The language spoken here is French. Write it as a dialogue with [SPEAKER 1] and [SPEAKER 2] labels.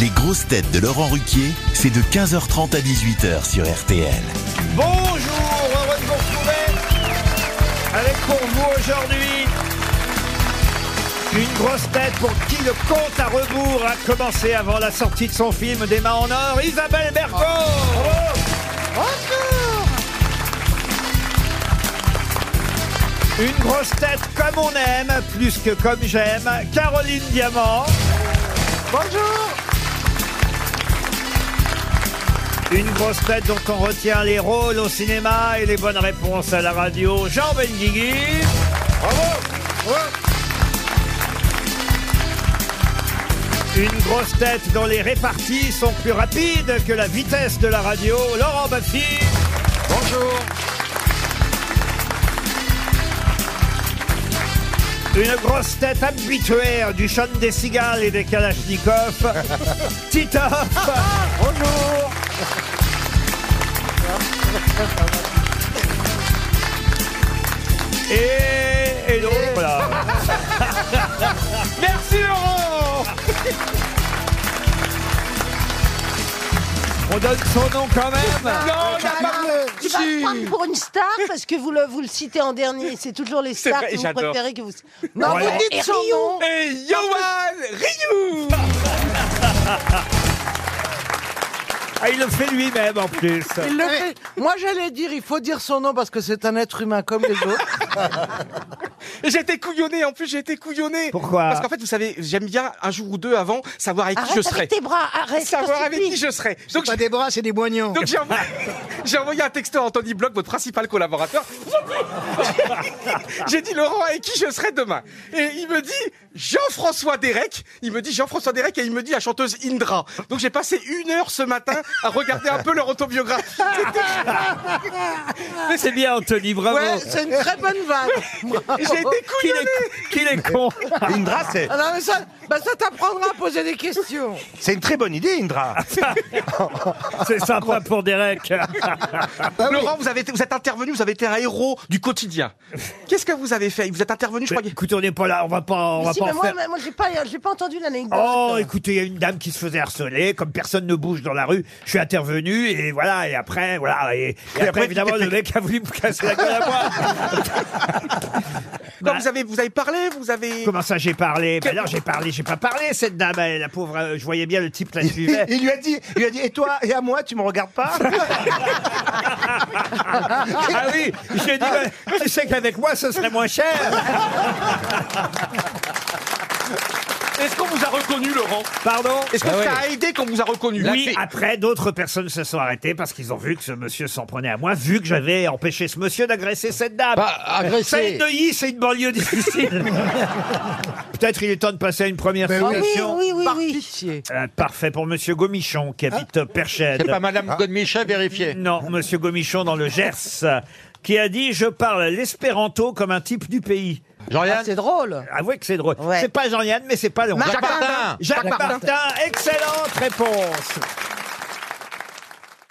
[SPEAKER 1] Les grosses têtes de Laurent Ruquier, c'est de 15h30 à 18h sur RTL.
[SPEAKER 2] Bonjour, heureux de vous retrouver avec pour vous aujourd'hui une grosse tête pour qui le compte à rebours a commencé avant la sortie de son film Des mains en or, Isabelle Berco. Une grosse tête comme on aime, plus que comme j'aime, Caroline Diamant. Bonjour Une grosse tête dont on retient les rôles au cinéma et les bonnes réponses à la radio, Jean Benguigui. Bravo Une grosse tête dont les réparties sont plus rapides que la vitesse de la radio, Laurent Baffy. Bonjour Une grosse tête habituaire du chant des cigales et des kalachnikovs, Titoff Bonjour Et, et donc, voilà. Merci Laurent On donne son nom quand même
[SPEAKER 3] Tu vas me prendre pour une star parce que vous le, vous le citez en dernier. C'est toujours les
[SPEAKER 4] C'est
[SPEAKER 3] stars
[SPEAKER 4] vrai,
[SPEAKER 3] que vous
[SPEAKER 4] j'adore.
[SPEAKER 3] préférez que vous.
[SPEAKER 4] Non,
[SPEAKER 3] Voilà.
[SPEAKER 4] vous dites
[SPEAKER 3] Et
[SPEAKER 4] son
[SPEAKER 3] Ryu.
[SPEAKER 4] nom. Et Yoann Ryu
[SPEAKER 2] Ah, il le fait lui-même en plus.
[SPEAKER 5] Il le fait. Moi, j'allais dire, il faut dire son nom parce que c'est un être humain comme les autres.
[SPEAKER 4] Et J'ai été couillonné, en plus j'ai été couillonné.
[SPEAKER 2] Pourquoi
[SPEAKER 4] Parce qu'en fait, vous savez, j'aime bien un jour ou deux avant savoir avec
[SPEAKER 3] Arrête
[SPEAKER 4] qui je
[SPEAKER 3] avec
[SPEAKER 4] serai.
[SPEAKER 3] tes bras, arrête,
[SPEAKER 4] Savoir
[SPEAKER 3] ça
[SPEAKER 4] avec
[SPEAKER 3] suffit.
[SPEAKER 4] qui je serai. Donc,
[SPEAKER 6] Pas des bras, c'est des moignons.
[SPEAKER 4] donc j'ai envoyé, j'ai envoyé un texto à Anthony Bloch, votre principal collaborateur. J'ai dit Laurent avec qui je serai demain. Et il me dit Jean-François Derek. Il me dit Jean-François Derek et il me dit la chanteuse Indra. Donc j'ai passé une heure ce matin à regarder un peu leur autobiographie.
[SPEAKER 2] C'est bien, Anthony, bravo.
[SPEAKER 5] Ouais, c'est une très bonne vanne.
[SPEAKER 4] Et J'ai été
[SPEAKER 2] Qu'il
[SPEAKER 4] couillonné.
[SPEAKER 2] est, qu'il est con.
[SPEAKER 7] Indra, c'est,
[SPEAKER 5] Ah non, mais ça, bah, ça t'apprendra à poser des questions.
[SPEAKER 7] c'est une très bonne idée, Indra.
[SPEAKER 4] Ah,
[SPEAKER 2] C'est sympa pour Derek.
[SPEAKER 4] Laurent, vous, avez été- vous êtes intervenu, vous avez été un héros du quotidien. Qu'est-ce que vous avez fait Vous êtes intervenu, je crois. que-
[SPEAKER 2] Écoutez, on n'est pas là, on va pas, on
[SPEAKER 3] Mais
[SPEAKER 2] va
[SPEAKER 3] si,
[SPEAKER 2] pas
[SPEAKER 3] mais
[SPEAKER 2] en
[SPEAKER 3] moi,
[SPEAKER 2] faire.
[SPEAKER 3] moi, j'ai pas, j'ai pas entendu l'anecdote.
[SPEAKER 2] Oh, écoutez, il y a une dame qui se faisait harceler, comme personne ne bouge dans la rue, je suis intervenu, et voilà, et après, voilà, et, et après,
[SPEAKER 7] après,
[SPEAKER 2] évidemment, le mec a voulu me casser la gueule à moi.
[SPEAKER 4] Quoi,
[SPEAKER 2] Bah.
[SPEAKER 4] vous, avez, vous avez parlé, vous avez.
[SPEAKER 2] Comment ça, j'ai parlé Ben non, j'ai parlé, j'ai pas parlé, cette dame, elle, la pauvre, euh, je voyais bien le type la
[SPEAKER 7] Il,
[SPEAKER 2] suivait.
[SPEAKER 7] il lui a dit, il lui a dit, et toi, et à moi, tu me regardes pas
[SPEAKER 2] Ah oui, je lui ai dit, ben, tu sais qu'avec moi, ce serait moins cher.
[SPEAKER 4] Est-ce qu'on vous a reconnu, Laurent
[SPEAKER 2] Pardon
[SPEAKER 4] Est-ce que ça a aidé qu'on vous a reconnu
[SPEAKER 2] Oui, après, d'autres personnes se sont arrêtées parce qu'ils ont vu que ce monsieur s'en prenait à moi, vu que j'avais empêché ce monsieur d'agresser cette dame.
[SPEAKER 8] Bah,
[SPEAKER 2] Ça, y est, Neuilly, c'est une banlieue difficile. Peut-être il est temps de passer à une première
[SPEAKER 3] Ah oui,
[SPEAKER 2] citation.
[SPEAKER 3] oui, oui,
[SPEAKER 5] Par
[SPEAKER 3] oui.
[SPEAKER 5] pitié.
[SPEAKER 2] Euh, parfait pour Monsieur Gomichon qui habite Perchède.
[SPEAKER 8] Ah, C'est pas
[SPEAKER 5] Ah.
[SPEAKER 8] Madame Godemichet vérifiée.
[SPEAKER 2] Non, Monsieur Gomichon dans le Gers, euh, qui a dit Je parle l'espéranto comme un type du pays.
[SPEAKER 5] Ah,
[SPEAKER 8] Jean-Yann
[SPEAKER 5] c'est drôle.
[SPEAKER 2] Avouez que c'est drôle.
[SPEAKER 3] Ouais.
[SPEAKER 2] C'est pas Jean-Yann, mais c'est pas long.
[SPEAKER 5] Marc
[SPEAKER 8] Jacques Martin.
[SPEAKER 2] Jacques Martin, excellente réponse.